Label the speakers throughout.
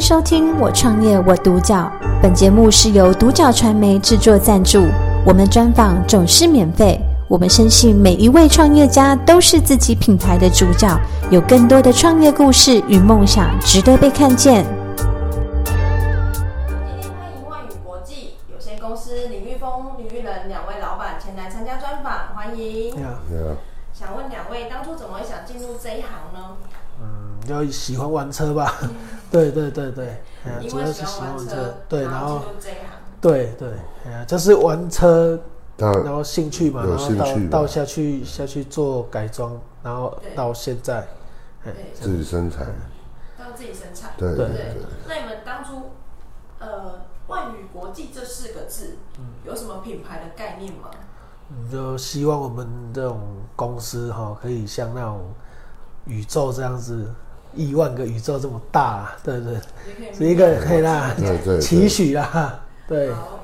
Speaker 1: 收听《我创业我独角》，本节目是由独角传媒制作赞助，我们专访总是免费。我们深信每一位创业家都是自己品牌的主角，有更多的创业故事与梦想值得被看见。
Speaker 2: 今天欢迎万宇国际有限公司林玉峰、林玉仁两位老板前来参加专访，欢迎。
Speaker 3: 呀，
Speaker 4: 对
Speaker 2: 想问两位，当初怎么会想进入这一行呢？
Speaker 3: 嗯，要喜欢玩车吧？对对对对，哎呀，
Speaker 2: 嗯因
Speaker 3: 主
Speaker 2: 为
Speaker 3: 要
Speaker 2: 喜
Speaker 3: 是喜
Speaker 2: 欢
Speaker 3: 欢
Speaker 2: 玩
Speaker 3: 玩
Speaker 2: 车
Speaker 3: 车，，对，然
Speaker 2: 然
Speaker 3: 后
Speaker 2: 进入这一行。
Speaker 3: 对对，哎呀，就是玩车，
Speaker 4: 他
Speaker 3: 然后兴趣嘛，
Speaker 4: 呃有
Speaker 3: 然后
Speaker 4: 兴
Speaker 3: 到
Speaker 4: 趣嘛
Speaker 3: 到下去下去做改装，然后
Speaker 2: 对
Speaker 3: 到现在，哎
Speaker 2: 对，
Speaker 3: 这
Speaker 4: 自
Speaker 3: 样
Speaker 4: 己生产，
Speaker 2: 到自己生产。
Speaker 4: 对
Speaker 3: 对
Speaker 4: 对
Speaker 2: 对
Speaker 4: 对，，
Speaker 2: 那你们当初，呃，万宇国际这四个字有什么品牌的概念吗？
Speaker 3: 嗯就希望我们这种公司哈，可以像那种宇宙这样子，亿万个宇宙这么大啊，对对，
Speaker 2: 也可以
Speaker 3: 是一个可以啦，
Speaker 4: 对对对
Speaker 3: 期许啦，对。
Speaker 2: 好，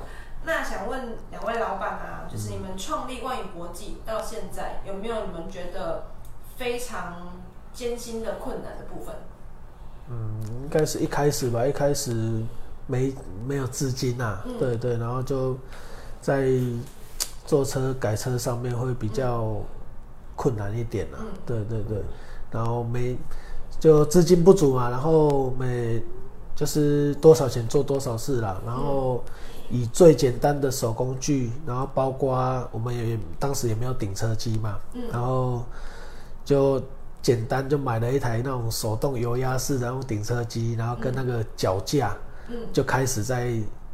Speaker 2: 那想问两位老板啊，就是你们创立万宇国际到现在，有没有你们觉得非常艰辛的困难的部分？
Speaker 3: 嗯应该是一开始吧，一开始没没有资金啊，
Speaker 2: 嗯
Speaker 3: 对对，然后就在坐车改车上面会比较困难一点啊，
Speaker 2: 嗯
Speaker 3: 对对对，然后没就资金不足嘛，然后每就是多少钱做多少事啦，然后
Speaker 2: 嗯
Speaker 3: 以最简单的手工具，然后包括我们也当时也没有顶车机嘛，
Speaker 2: 嗯
Speaker 3: 然后就简单就买了一台那种手动油压式的那种顶车机，然后跟那个脚架，
Speaker 2: 嗯
Speaker 3: 就开始在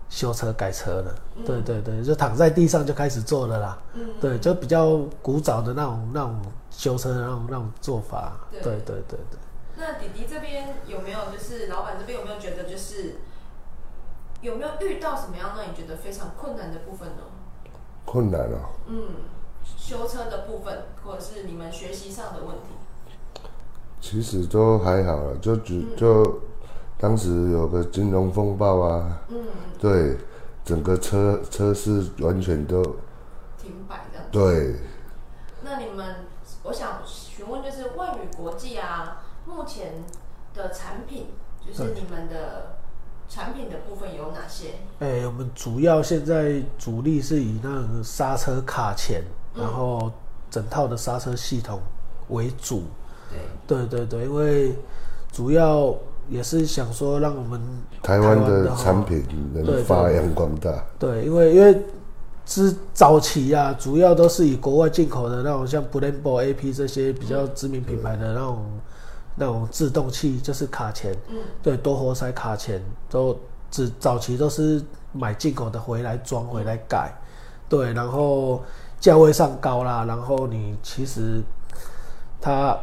Speaker 3: 修车改车了。
Speaker 2: 嗯
Speaker 3: 对对对，就躺在地上就开始做了啦。
Speaker 2: 嗯，
Speaker 3: 对，就比较古早的那种那种修车的那种那种做法。
Speaker 2: 对
Speaker 3: 对对对对。
Speaker 2: 那弟弟这边有没有就是老板这边有没有觉得就是有没有遇到什么样让你觉得非常困难的部分呢？
Speaker 4: 困难哦。
Speaker 2: 嗯，修车的部分，或者是你们学习上的问题。
Speaker 4: 其实都还好了，就只
Speaker 3: 嗯
Speaker 4: 就当时有个金融风暴啊，
Speaker 2: 嗯，
Speaker 4: 对，整个车车市完全都
Speaker 2: 停摆这样。
Speaker 4: 对，
Speaker 2: 那你们，我想询问就是万宇国际啊，目前的产品就是你们的产品的部分有哪些？
Speaker 3: 哎、我们主要现在主力是以那种刹车卡钳，
Speaker 2: 嗯
Speaker 3: 然后整套的刹车系统为主。
Speaker 2: 对，
Speaker 3: 对对对，因为主要也是想说让我们
Speaker 4: 台湾
Speaker 3: 台
Speaker 4: 的
Speaker 3: 哈
Speaker 4: 产品
Speaker 3: 对
Speaker 4: 能
Speaker 3: 对
Speaker 4: 发扬光大，
Speaker 3: 对，因为因为之早期啊，主要都是以国外进口的那种像 Brembo、AP 这些比较知名品牌的那种、那种制动器，就是卡钳，
Speaker 2: 嗯
Speaker 3: 对，多活塞卡钳都只早期都是买进口的回来装回来改，对，然后价位上高啦，然后你其实它。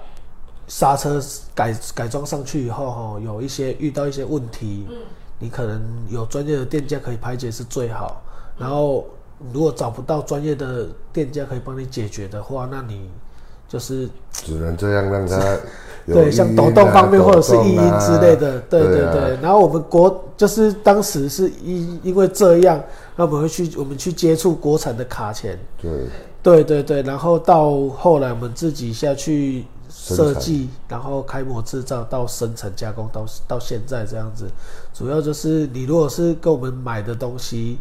Speaker 3: 刹车改改装上去以后，哈，有一些遇到一些问题，
Speaker 2: 嗯
Speaker 3: 你可能有专业的店家可以排解是最好。然后如果找不到专业的店家可以帮你解决的话，那你就是
Speaker 4: 只能这样 让它有
Speaker 3: 对像
Speaker 4: 异音
Speaker 3: 抖
Speaker 4: 啊
Speaker 3: 动方面或者是
Speaker 4: 抖
Speaker 3: 异
Speaker 4: 动
Speaker 3: 音
Speaker 4: 啊
Speaker 3: 之类的，对对
Speaker 4: 对啊
Speaker 3: 对。然后我们国就是当时是因因为这样，那我们会去我们去接触国产的卡钳，
Speaker 4: 对，
Speaker 3: 对对对。然后到后来我们自己下去
Speaker 4: 生
Speaker 3: 设
Speaker 4: 产
Speaker 3: 计，然后开模制造到生产加工到到现在这样子，主要就是你如果是跟我们买的东西，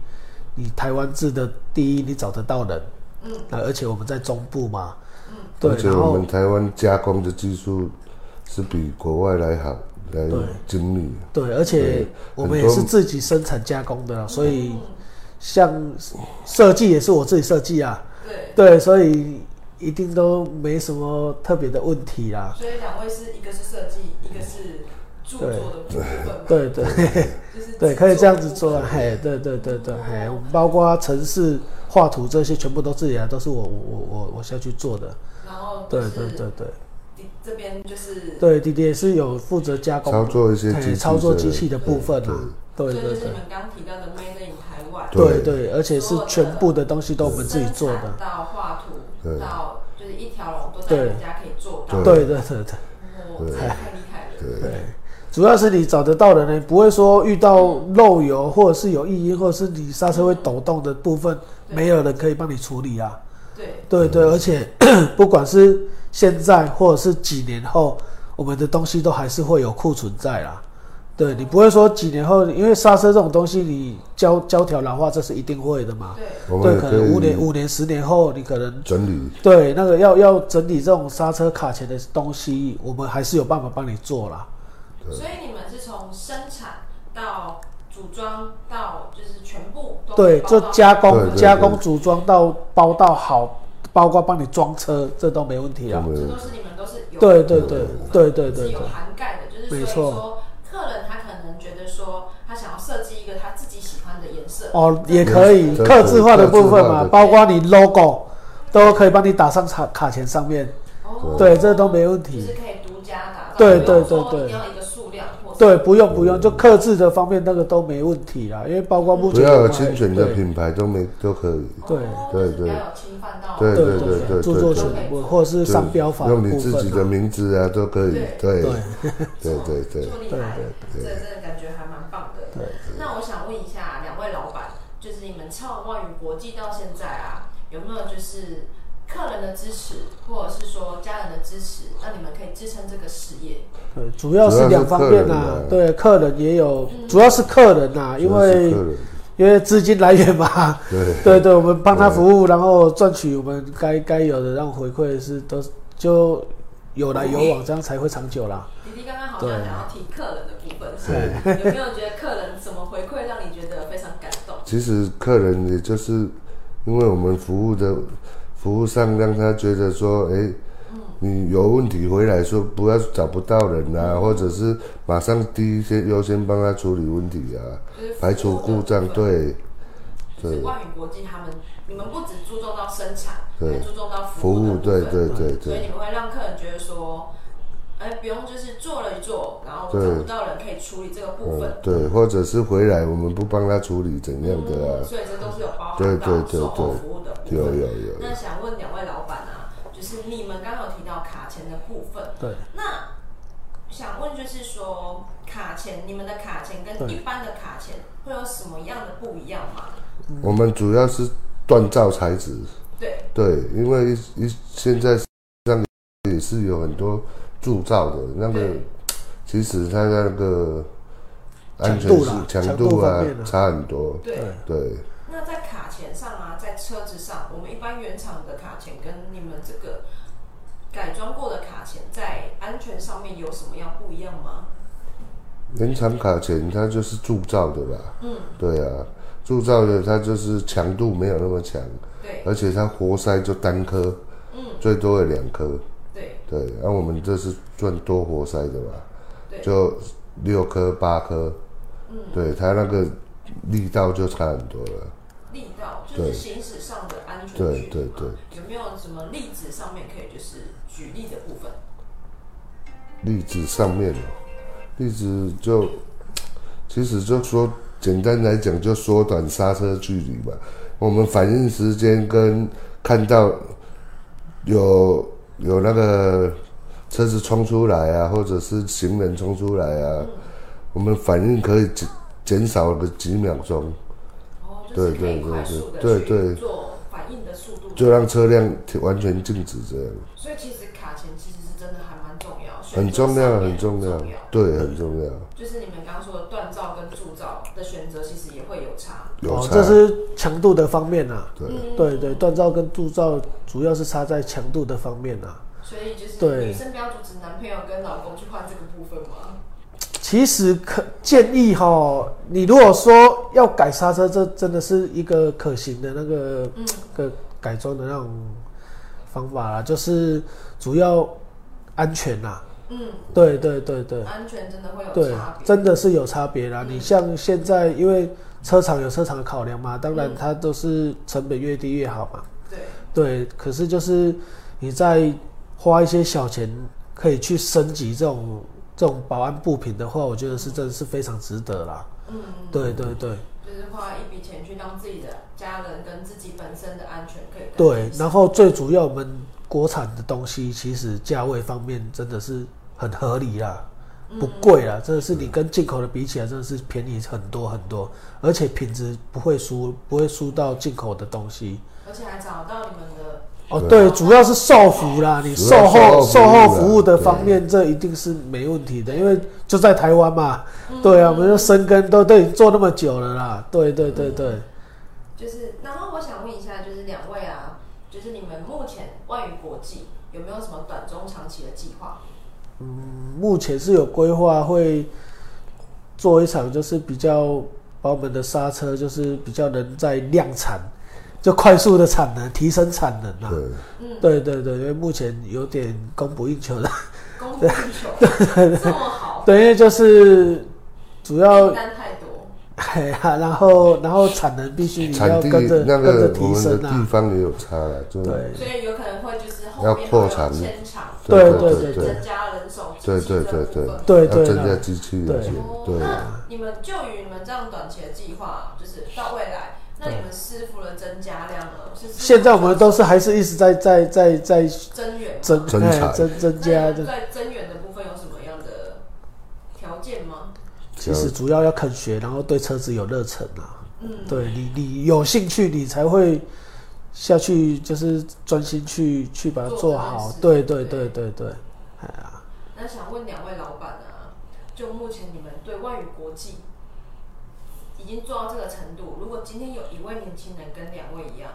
Speaker 3: 你台湾制的第一你找得到人，
Speaker 2: 嗯，
Speaker 3: 啊而且我们在中部嘛，嗯，对
Speaker 4: 而，且
Speaker 3: 然
Speaker 4: 我
Speaker 3: 后
Speaker 4: 们台湾加工的技术是比国外来好来精密，
Speaker 3: 对，而且
Speaker 4: 对
Speaker 3: 我们
Speaker 4: 很
Speaker 3: 也
Speaker 4: 多
Speaker 3: 是自己生产加工的啦，啊所以
Speaker 2: 嗯
Speaker 3: 像设计也是我自己设计啊，
Speaker 2: 对，
Speaker 3: 对，所以一定都没什么特别的问题啊啦。
Speaker 2: 所以两位是一个是设计，一个是著作的部分，，
Speaker 3: 对对
Speaker 2: 就是
Speaker 3: 对，可以这样子
Speaker 2: 制
Speaker 3: 做
Speaker 2: 的
Speaker 3: 啊，嘿，对对对对，嘿，我们包括城市画图这些，全部都自己来，啊都是我我我我我下去做的。
Speaker 2: 部分，然后
Speaker 3: 对
Speaker 2: 就是
Speaker 3: 对对对
Speaker 2: 你这边就是，
Speaker 3: 对，弟弟也是有负责加工
Speaker 4: 操作一些
Speaker 3: 嘿
Speaker 4: 机器
Speaker 3: 哦操作
Speaker 4: 之
Speaker 3: 机
Speaker 4: 类
Speaker 3: 器的部分啊。对
Speaker 2: 所以
Speaker 3: 对
Speaker 2: 就是
Speaker 3: 对
Speaker 2: 你们刚提到的 Made in 台湾，
Speaker 3: 对
Speaker 4: 对
Speaker 3: 对，而且是全部的东西都我们自己做的
Speaker 2: 生产。到画图
Speaker 4: 对
Speaker 2: 到就是一条龙都在
Speaker 3: 对
Speaker 2: 人家可以做到，
Speaker 3: 对对对对
Speaker 2: 哦，这也太厉害了。
Speaker 4: 对
Speaker 3: 对，主要是你找得到的人，不会说遇到漏油或者是有异音，或者是你刹车会抖动的部分，
Speaker 2: 对
Speaker 3: 没有人可以帮你处理啊。
Speaker 2: 对，
Speaker 3: 对
Speaker 4: 嗯
Speaker 3: 对，而且 不管是现在或者是几年后，我们的东西都还是会有库存在啦。对你不会说几年后，因为刹车这种东西，你胶胶条老化这是一定会的嘛。
Speaker 2: 对，
Speaker 4: 我们
Speaker 3: 对，
Speaker 4: 也
Speaker 3: 可能五
Speaker 4: 可
Speaker 3: 年、
Speaker 4: 以
Speaker 3: 五年、十年后，你可能
Speaker 4: 整理。
Speaker 3: 对那个要要整理这种刹车卡钳的东西，我们还是有办法帮你做啦。
Speaker 2: 所以你们是从生产到组装到就是全部都
Speaker 3: 对，
Speaker 2: 包
Speaker 3: 就
Speaker 2: 到
Speaker 3: 加工、
Speaker 4: 对对对
Speaker 3: 加工、组装到包到好，包括帮你装车，这都没问题啊。
Speaker 4: 对
Speaker 2: 这都是你们都是有
Speaker 3: 对对对对对对
Speaker 2: 是有
Speaker 3: 对
Speaker 2: 涵盖的，就是所
Speaker 3: 没
Speaker 2: 以
Speaker 3: 错
Speaker 2: 说客人他可能觉得说他想要设计一个他自己喜欢的颜色，
Speaker 3: 哦，也可以
Speaker 4: 对
Speaker 3: 刻字化的部分
Speaker 4: 客制化
Speaker 3: 嘛，
Speaker 4: 的
Speaker 3: 包括你 logo 都可以帮你打上卡卡钳上面，
Speaker 2: 哦
Speaker 3: 对，这都没问
Speaker 2: 就
Speaker 3: 题
Speaker 2: 是。可以独家打造，
Speaker 3: 对
Speaker 2: 不
Speaker 3: 对
Speaker 2: 用说
Speaker 3: 对对
Speaker 2: 一定要一个数量或
Speaker 3: 对，不用不用，就刻字的方面那个都没问题啦，因为包括目
Speaker 4: 只
Speaker 3: 前
Speaker 4: 要有
Speaker 3: 我们还
Speaker 4: 侵权的
Speaker 3: 对
Speaker 4: 品牌都没都可以，
Speaker 3: 对
Speaker 2: 哦
Speaker 4: 对
Speaker 2: 就是不要有侵犯到
Speaker 4: 对
Speaker 3: 对
Speaker 4: 对对
Speaker 3: 著作
Speaker 4: 对
Speaker 3: 权
Speaker 2: 对
Speaker 3: 的部分或者是商标法的
Speaker 4: 用你
Speaker 3: 部
Speaker 4: 自己的
Speaker 3: 分啊，
Speaker 4: 名字啊都可以，
Speaker 3: 对，
Speaker 4: 对对对对
Speaker 2: 这么厉害，这这感觉还蛮棒的。那我想问一下两位老板，就是你们创万宇国际到现在啊，有没有就是客人的支持，或者是说家人的支持，让你们可以支撑这个事业？
Speaker 3: 对，主要是两方面
Speaker 4: 主要是客
Speaker 3: 啦
Speaker 4: 人啊，
Speaker 3: 对，客人也有，主要是客人呐，因
Speaker 4: 主要是
Speaker 3: 为
Speaker 4: 客人啊
Speaker 3: 因为资金来源 嘛，
Speaker 4: 对
Speaker 3: 对对，我们帮他服务，然后赚取我们该该有的，让回馈是都是就有来有往，这样才会长久啦。
Speaker 2: 弟弟刚刚好像想要提客人的部分，所以有没有觉得客人怎么回馈让你觉得非常感动？
Speaker 4: 其实客人也就是因为我们服务的服务上，让他觉得说，哎、你有问题回来说不要找不到人啊，或者是马上第一先优先帮他处理问题啊，
Speaker 2: 就是服务的
Speaker 4: 排除故障，
Speaker 2: 部分。
Speaker 4: 对，
Speaker 2: 就是
Speaker 4: 对，
Speaker 2: 万宇国际他们，你们不只注重到生产，
Speaker 4: 对
Speaker 2: 还注重到
Speaker 4: 服务，
Speaker 2: 务的部分
Speaker 4: 对对对
Speaker 2: 所以
Speaker 4: 对
Speaker 2: 你们会让客人觉得说，哎、不用就是做了一做，然后我
Speaker 4: 对
Speaker 2: 找不到人可以处理这个部
Speaker 4: 嗯
Speaker 2: 分，，
Speaker 4: 对，或者是回来我们不帮他处理怎样的啊，
Speaker 2: 嗯所以这都是有包
Speaker 4: 对
Speaker 2: 含
Speaker 4: 对
Speaker 2: 到
Speaker 4: 对
Speaker 2: 售后
Speaker 4: 对
Speaker 2: 服务的
Speaker 3: 嗯
Speaker 2: 部分。
Speaker 4: 有有有，
Speaker 2: 那想问两位老板啊，就是你们刚刚有提到卡钳的部分，
Speaker 3: 对，
Speaker 2: 那想问就是说卡钳，你们的卡钳跟
Speaker 3: 对
Speaker 2: 一般的卡钳会有什么样的不一样吗？
Speaker 4: 我们主要是锻造材质，
Speaker 2: 对，
Speaker 4: 对，因为一一现在上也是有很多铸造的那个
Speaker 2: 对，
Speaker 4: 其实它那个安全
Speaker 3: 强度
Speaker 4: 性
Speaker 3: 啦
Speaker 4: 强
Speaker 3: 强
Speaker 4: 度
Speaker 3: 度
Speaker 4: 啊
Speaker 3: 方面啊
Speaker 4: 差很多。
Speaker 2: 对。
Speaker 3: 对
Speaker 4: 对，
Speaker 2: 那在卡钳上啊，在车子上，我们一般原厂的卡钳跟你们这个改装过的卡钳，在安全上面有什么样不一样吗？
Speaker 4: 原厂卡钳它就是铸造的啦。
Speaker 2: 嗯，
Speaker 4: 对啊，铸造的它就是强度没有那么强，
Speaker 2: 对
Speaker 4: 而且它活塞就单颗，
Speaker 2: 嗯，
Speaker 4: 最多有两颗。
Speaker 2: 对
Speaker 4: 对，那、我们这是赚多活塞的嘛，
Speaker 2: 对
Speaker 4: 就六颗八颗，对它那个力道就差很多了。
Speaker 2: 力道就是
Speaker 4: 对
Speaker 2: 行驶上的安全
Speaker 4: 对
Speaker 2: 距离
Speaker 4: 对
Speaker 2: 嘛
Speaker 4: 对，
Speaker 2: 有没有什么例子上面可以就是举例的部分？
Speaker 4: 例子上面哦，例子就其实就说简单来讲，就缩短刹车距离嘛。我们反应时间跟看到有有那个车子冲出来啊，或者是行人冲出来啊，我们反应可以减减少个几秒钟，
Speaker 2: 哦，就是可以
Speaker 4: 对对
Speaker 2: 快速的
Speaker 4: 对对
Speaker 2: 去
Speaker 4: 对
Speaker 2: 做反应的速度。
Speaker 4: 就让车辆完全静止这样，
Speaker 2: 所以其实卡钳其实是真的还蛮重要，
Speaker 4: 很
Speaker 2: 选
Speaker 4: 重
Speaker 2: 择上
Speaker 4: 要，
Speaker 2: 面
Speaker 4: 很
Speaker 2: 很
Speaker 4: 重要
Speaker 2: 重，
Speaker 4: 对，很重要，
Speaker 2: 就是你们刚刚说的锻造跟铸造的选择，其实也会有差。
Speaker 4: 有
Speaker 3: 哦，
Speaker 4: 差，
Speaker 3: 这是强度的方面啦。
Speaker 4: 对。
Speaker 2: 嗯
Speaker 3: 对对，锻造跟铸造主要是差在强度的方面啊啦。
Speaker 2: 所以就是
Speaker 3: 对
Speaker 2: 女生不要阻止男朋友跟老公去换这个部分吗？
Speaker 3: 其实可建议哈，你如果说要改刹车，这真的是一个可行的那个、个改装的那种方法啦，就是主要安全啦。
Speaker 2: 嗯，
Speaker 3: 对对对对
Speaker 2: 安全真的会有
Speaker 3: 对
Speaker 2: 差，别。
Speaker 3: 真的是有差别啦。你像现在，因为车厂有车厂的考量嘛，当然它都是成本越低越好嘛。
Speaker 2: 对，
Speaker 3: 对，可是就是你在花一些小钱可以去升级这种这种保安布品的话，我觉得是真的是非常值得啦。
Speaker 2: 嗯，
Speaker 3: 对对对
Speaker 2: 就是花一笔钱去让自己的家人跟自己本身的安全可以更
Speaker 3: 对，
Speaker 2: 提升
Speaker 3: 然后最主要我们国产的东西，其实价位方面真的是很合理啦。不贵啦，真的是你跟进口的比起来，真的是便宜很多很多，而且品质不会输，不会输到进口的东西。
Speaker 2: 而且还找到你们的
Speaker 3: 哦，对，主要是售服啦，你
Speaker 4: 啊主要
Speaker 3: 售
Speaker 4: 售
Speaker 3: 后
Speaker 4: 后服
Speaker 3: 售
Speaker 4: 务啦
Speaker 3: 后服务的方面，这一定是没问题的，因为就在台湾嘛，对
Speaker 2: 嗯
Speaker 3: 啊，我们就深耕都都已经做那么久了啦，对对对对，
Speaker 2: 就是，然后我想问一下，就是两位啊，就是你们目前外语国际有没有什么短中长期的计划？
Speaker 3: 目前是有规划会做一场，就是比较把我们的刹车就是比较能在量产，就快速的产能提升产能啊，
Speaker 4: 对，
Speaker 2: 嗯
Speaker 3: 对对对，因为目前有点供不应求的，
Speaker 2: 供不应求，这么好，
Speaker 3: 对，因为就是主要
Speaker 2: 订单太多，
Speaker 3: 哎呀，然后然后产能必须你要
Speaker 4: 产地
Speaker 3: 跟着、
Speaker 4: 那
Speaker 3: 跟着
Speaker 4: 个我
Speaker 3: 提
Speaker 4: 们的
Speaker 3: 升
Speaker 4: 地
Speaker 3: 啊，
Speaker 4: 方也有差了，就
Speaker 3: 对
Speaker 2: 所以有可能会就是
Speaker 4: 要
Speaker 2: 后面
Speaker 4: 扩
Speaker 2: 会
Speaker 4: 产
Speaker 2: 有迁厂，
Speaker 3: 对
Speaker 2: 或者
Speaker 3: 对
Speaker 2: 是
Speaker 3: 对
Speaker 2: 增加人手，
Speaker 4: 对
Speaker 2: 机器
Speaker 4: 对
Speaker 2: 这
Speaker 4: 对
Speaker 2: 部
Speaker 4: 对
Speaker 2: 分
Speaker 3: 对
Speaker 4: 要
Speaker 3: 对
Speaker 4: 增加
Speaker 3: 对
Speaker 4: 机器
Speaker 3: 对
Speaker 4: 人员，对，
Speaker 2: 那你们就于你们这样短期的计划，就是到未来，那你们师傅的增加量呢？是
Speaker 3: 现在我们都是还是一直在在在在
Speaker 2: 增援吗，
Speaker 3: 增
Speaker 4: 增
Speaker 3: 哎
Speaker 4: 产
Speaker 3: 增增
Speaker 2: 那
Speaker 3: 加
Speaker 2: 你们
Speaker 3: 的，
Speaker 2: 在增援的部分有什么样的条件吗？
Speaker 3: 其实主要要肯学，然后对车子有热忱啊。
Speaker 2: 嗯，
Speaker 3: 对你你有兴趣，你才会下去，就是专心去去把它做
Speaker 2: 做
Speaker 3: 好
Speaker 2: 好。
Speaker 3: 对对对对对，哎呀。
Speaker 2: 那想问两位老板啊，就目前你们对外语国际已经做到这个程度，如果今天有一位年轻人跟两位一样，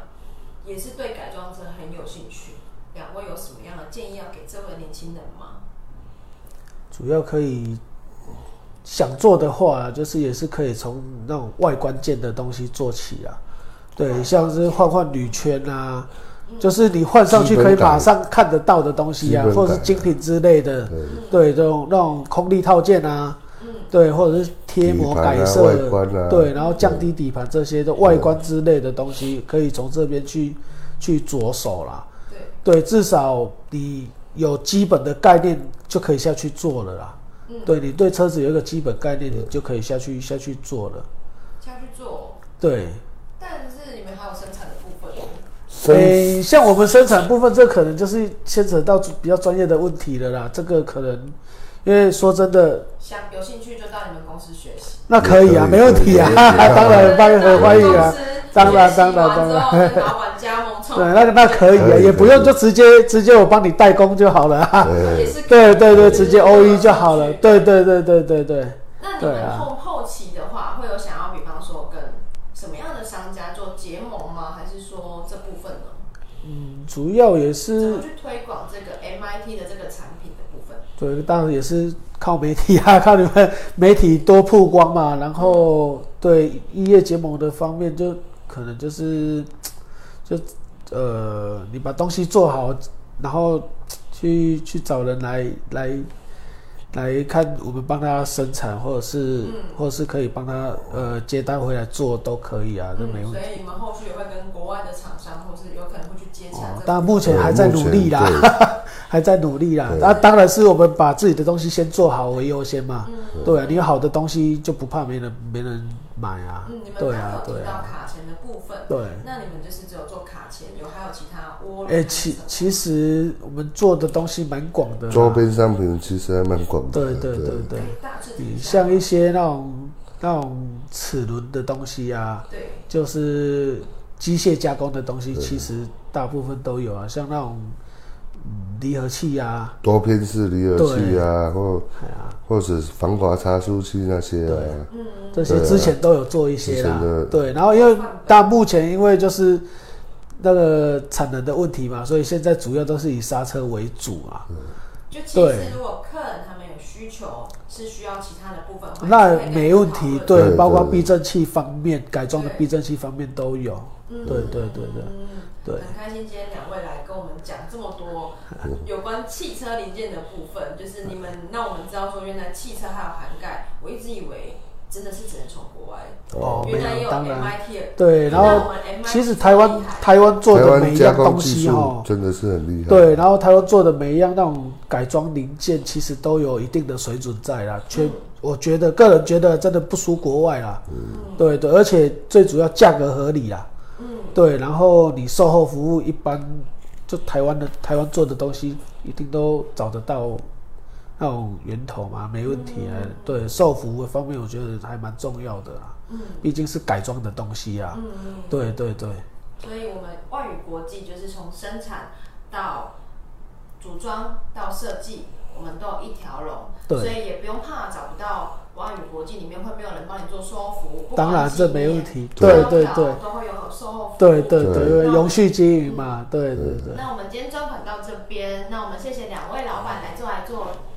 Speaker 2: 也是对改装车很有兴趣，两位有什么样的建议要给这位年轻人吗？
Speaker 3: 主要可以想做的话，就是也是可以从那种外观件的东西做起啊。对，像是换换铝圈啊，就是你换上去可以马上看得到的东西啊
Speaker 4: 基，本
Speaker 3: 或
Speaker 4: 感
Speaker 3: 者是精品之类的。
Speaker 4: 对
Speaker 3: 对，这种那种空力套件啊，
Speaker 2: 嗯
Speaker 3: 对，或者是贴膜
Speaker 4: 底盘啊
Speaker 3: 改
Speaker 4: 外
Speaker 3: 色，
Speaker 4: 观啊
Speaker 3: 对，然后降低底盘这些的外观之类的东西，可以从这边去去着手啦。
Speaker 2: 对，
Speaker 3: 对，至少你有基本的概念就可以下去做了
Speaker 2: 嗯
Speaker 3: 啦。对你对车子有一个基本概念，你就可以下去下去做了。
Speaker 2: 下去做。
Speaker 3: 对，
Speaker 2: 但是你们还有生产的部分哦，
Speaker 4: 生
Speaker 3: 诶、像我们生产部分，这可能就是牵扯到比较专业的问题了啦。这个可能，因为说真的，
Speaker 2: 想有兴趣就到你们公司学习。
Speaker 3: 那可以啊，
Speaker 4: 也可以
Speaker 3: 没问题啊，
Speaker 4: 没问题 啊
Speaker 3: 当然欢迎很欢迎啊。当
Speaker 2: 当
Speaker 3: 然
Speaker 2: 然
Speaker 3: 当
Speaker 2: 当
Speaker 3: 然
Speaker 2: 然
Speaker 3: 当
Speaker 2: 当
Speaker 3: 然
Speaker 2: 然。老板加 盟
Speaker 3: 对，
Speaker 2: 创
Speaker 3: 那那可以
Speaker 4: 可以
Speaker 3: 啊，
Speaker 4: 可以
Speaker 3: 也不用就直接直接我帮你代工就好了、啊。
Speaker 4: 对
Speaker 2: 也是可以
Speaker 3: 对对对，
Speaker 2: 就是
Speaker 3: 直接 O E 就好了。
Speaker 2: 去
Speaker 3: 对对对对对对。
Speaker 2: 那你
Speaker 3: 对啊
Speaker 2: 们后后期的话，会有想要比方说跟什么样的商家做结盟吗？还是说这部分呢？
Speaker 3: 主要也
Speaker 2: 怎
Speaker 3: 是
Speaker 2: 么去推广这个 MIT 的这个产品的部分？
Speaker 3: 对，当然也是靠媒体啊，靠你们媒体多曝光嘛。然后对异业结盟的方面，就可能就是就呃，你把东西做好，然后去去找人来来来看，我们帮他生产，或者是、或者是可以帮他呃接单回来做都可以啊，这没问
Speaker 2: 所
Speaker 3: 题。
Speaker 2: 以你们后续也会跟国外的厂商，或是有可能会去接洽
Speaker 3: 哦
Speaker 2: 这
Speaker 3: 当
Speaker 2: 个。
Speaker 3: 然目前
Speaker 4: 对
Speaker 3: 还在
Speaker 4: 目
Speaker 3: 努
Speaker 4: 前
Speaker 3: 力啦，
Speaker 4: 对
Speaker 3: 还在努力啦。
Speaker 4: 对
Speaker 3: 那、当然是我们把自己的东西先做好为优先嘛。
Speaker 2: 嗯
Speaker 3: 对啊，你有好的东西就不怕没人没人买啊
Speaker 2: 嗯，你。们刚
Speaker 3: 对
Speaker 2: 刚
Speaker 3: 啊
Speaker 2: 有，
Speaker 3: 对
Speaker 2: 提到
Speaker 3: 啊，
Speaker 2: 卡钳的部分，
Speaker 3: 对。
Speaker 2: 那你们就是只有做卡钳，有还有其他涡轮还
Speaker 3: 哎、
Speaker 2: 是什
Speaker 3: 其
Speaker 2: 么？
Speaker 3: 其实我们做的东西蛮广的啦。
Speaker 4: 周边商品其实还蛮广的，
Speaker 3: 对对对对
Speaker 2: 可，以大致提
Speaker 3: 你
Speaker 2: 一下
Speaker 3: 像一些那种那种齿轮的东西啊，
Speaker 2: 对，
Speaker 3: 就是机械加工的东西，其实大部分都有啊，像那种嗯离合器啊，
Speaker 4: 多片式离合器啊，或
Speaker 3: 哎呀、
Speaker 2: 嗯
Speaker 4: 或者是防滑差速器那些啊，
Speaker 3: 这些之前都有做一些啦
Speaker 4: 之前的，
Speaker 3: 对，然后哦因为但目前因为就是那个产能的问题嘛，所以现在主要都是以刹车为主啊。
Speaker 2: 就其
Speaker 3: 对
Speaker 2: 实如果客人他们有需求，是需要其他的部分，我
Speaker 3: 那
Speaker 2: 还是可以跟
Speaker 3: 没
Speaker 2: 你们
Speaker 3: 问
Speaker 2: 讨
Speaker 3: 题
Speaker 2: 论，
Speaker 3: 对，
Speaker 4: 嗯对
Speaker 3: 包括
Speaker 4: 对
Speaker 3: 避震器方面、改装的
Speaker 2: 对
Speaker 3: 避震器方面都有。
Speaker 4: 嗯
Speaker 3: 对对对对
Speaker 2: 嗯，
Speaker 3: 对
Speaker 2: 很开心今天两位来跟我们讲这么 多有关汽车零件的部分，就是你们让我们知道说，原来汽车还有涵盖，我一直以为真的是只能从国外，
Speaker 3: 哦
Speaker 2: 原来也有
Speaker 3: 当然
Speaker 2: MIT 的。
Speaker 3: 对，然
Speaker 2: 那我
Speaker 3: 后
Speaker 2: 们 MIT
Speaker 3: 其实台湾
Speaker 2: 厉害
Speaker 3: 台湾做
Speaker 4: 台
Speaker 3: 的每
Speaker 4: 湾
Speaker 3: 一
Speaker 4: 加
Speaker 3: 样
Speaker 4: 工
Speaker 3: 东
Speaker 4: 技
Speaker 3: 西哦
Speaker 4: 术
Speaker 3: 哈，
Speaker 4: 真的是很厉害，
Speaker 3: 对，然后台湾做的每一样那种改装零件，其实都有一定的水准在啦。确，我觉得个人觉得真的不输国外啦。
Speaker 2: 嗯
Speaker 3: 对对，而且最主要价格合理啦。嗯，对，然后你售后服务一般，就台湾的台湾做的东西，一定都找得到那种源头嘛，没问题啊。
Speaker 2: 嗯
Speaker 3: 对，售服务方
Speaker 2: 嗯
Speaker 3: 面，我觉得还蛮重要的啦。嗯，毕竟是改装的东西啊。嗯，对对对。
Speaker 2: 所以我们万宇国际就是从生产到组装到设计，我们都有一条龙，
Speaker 3: 对
Speaker 2: 所以也不用怕找不到万宇国际里面会没有人帮你做售后服务。不管
Speaker 3: 当然
Speaker 2: 是
Speaker 3: 这
Speaker 2: 里
Speaker 3: 没
Speaker 2: 面
Speaker 3: 问题，对
Speaker 4: 对
Speaker 2: 多
Speaker 3: 对
Speaker 2: 少
Speaker 3: 对
Speaker 2: 都会有售后服务。
Speaker 3: 对对对，
Speaker 4: 对
Speaker 3: 因为永续经营嘛，对对对。
Speaker 2: 那我们今天专访到这边，那我们谢谢两位老板来做来做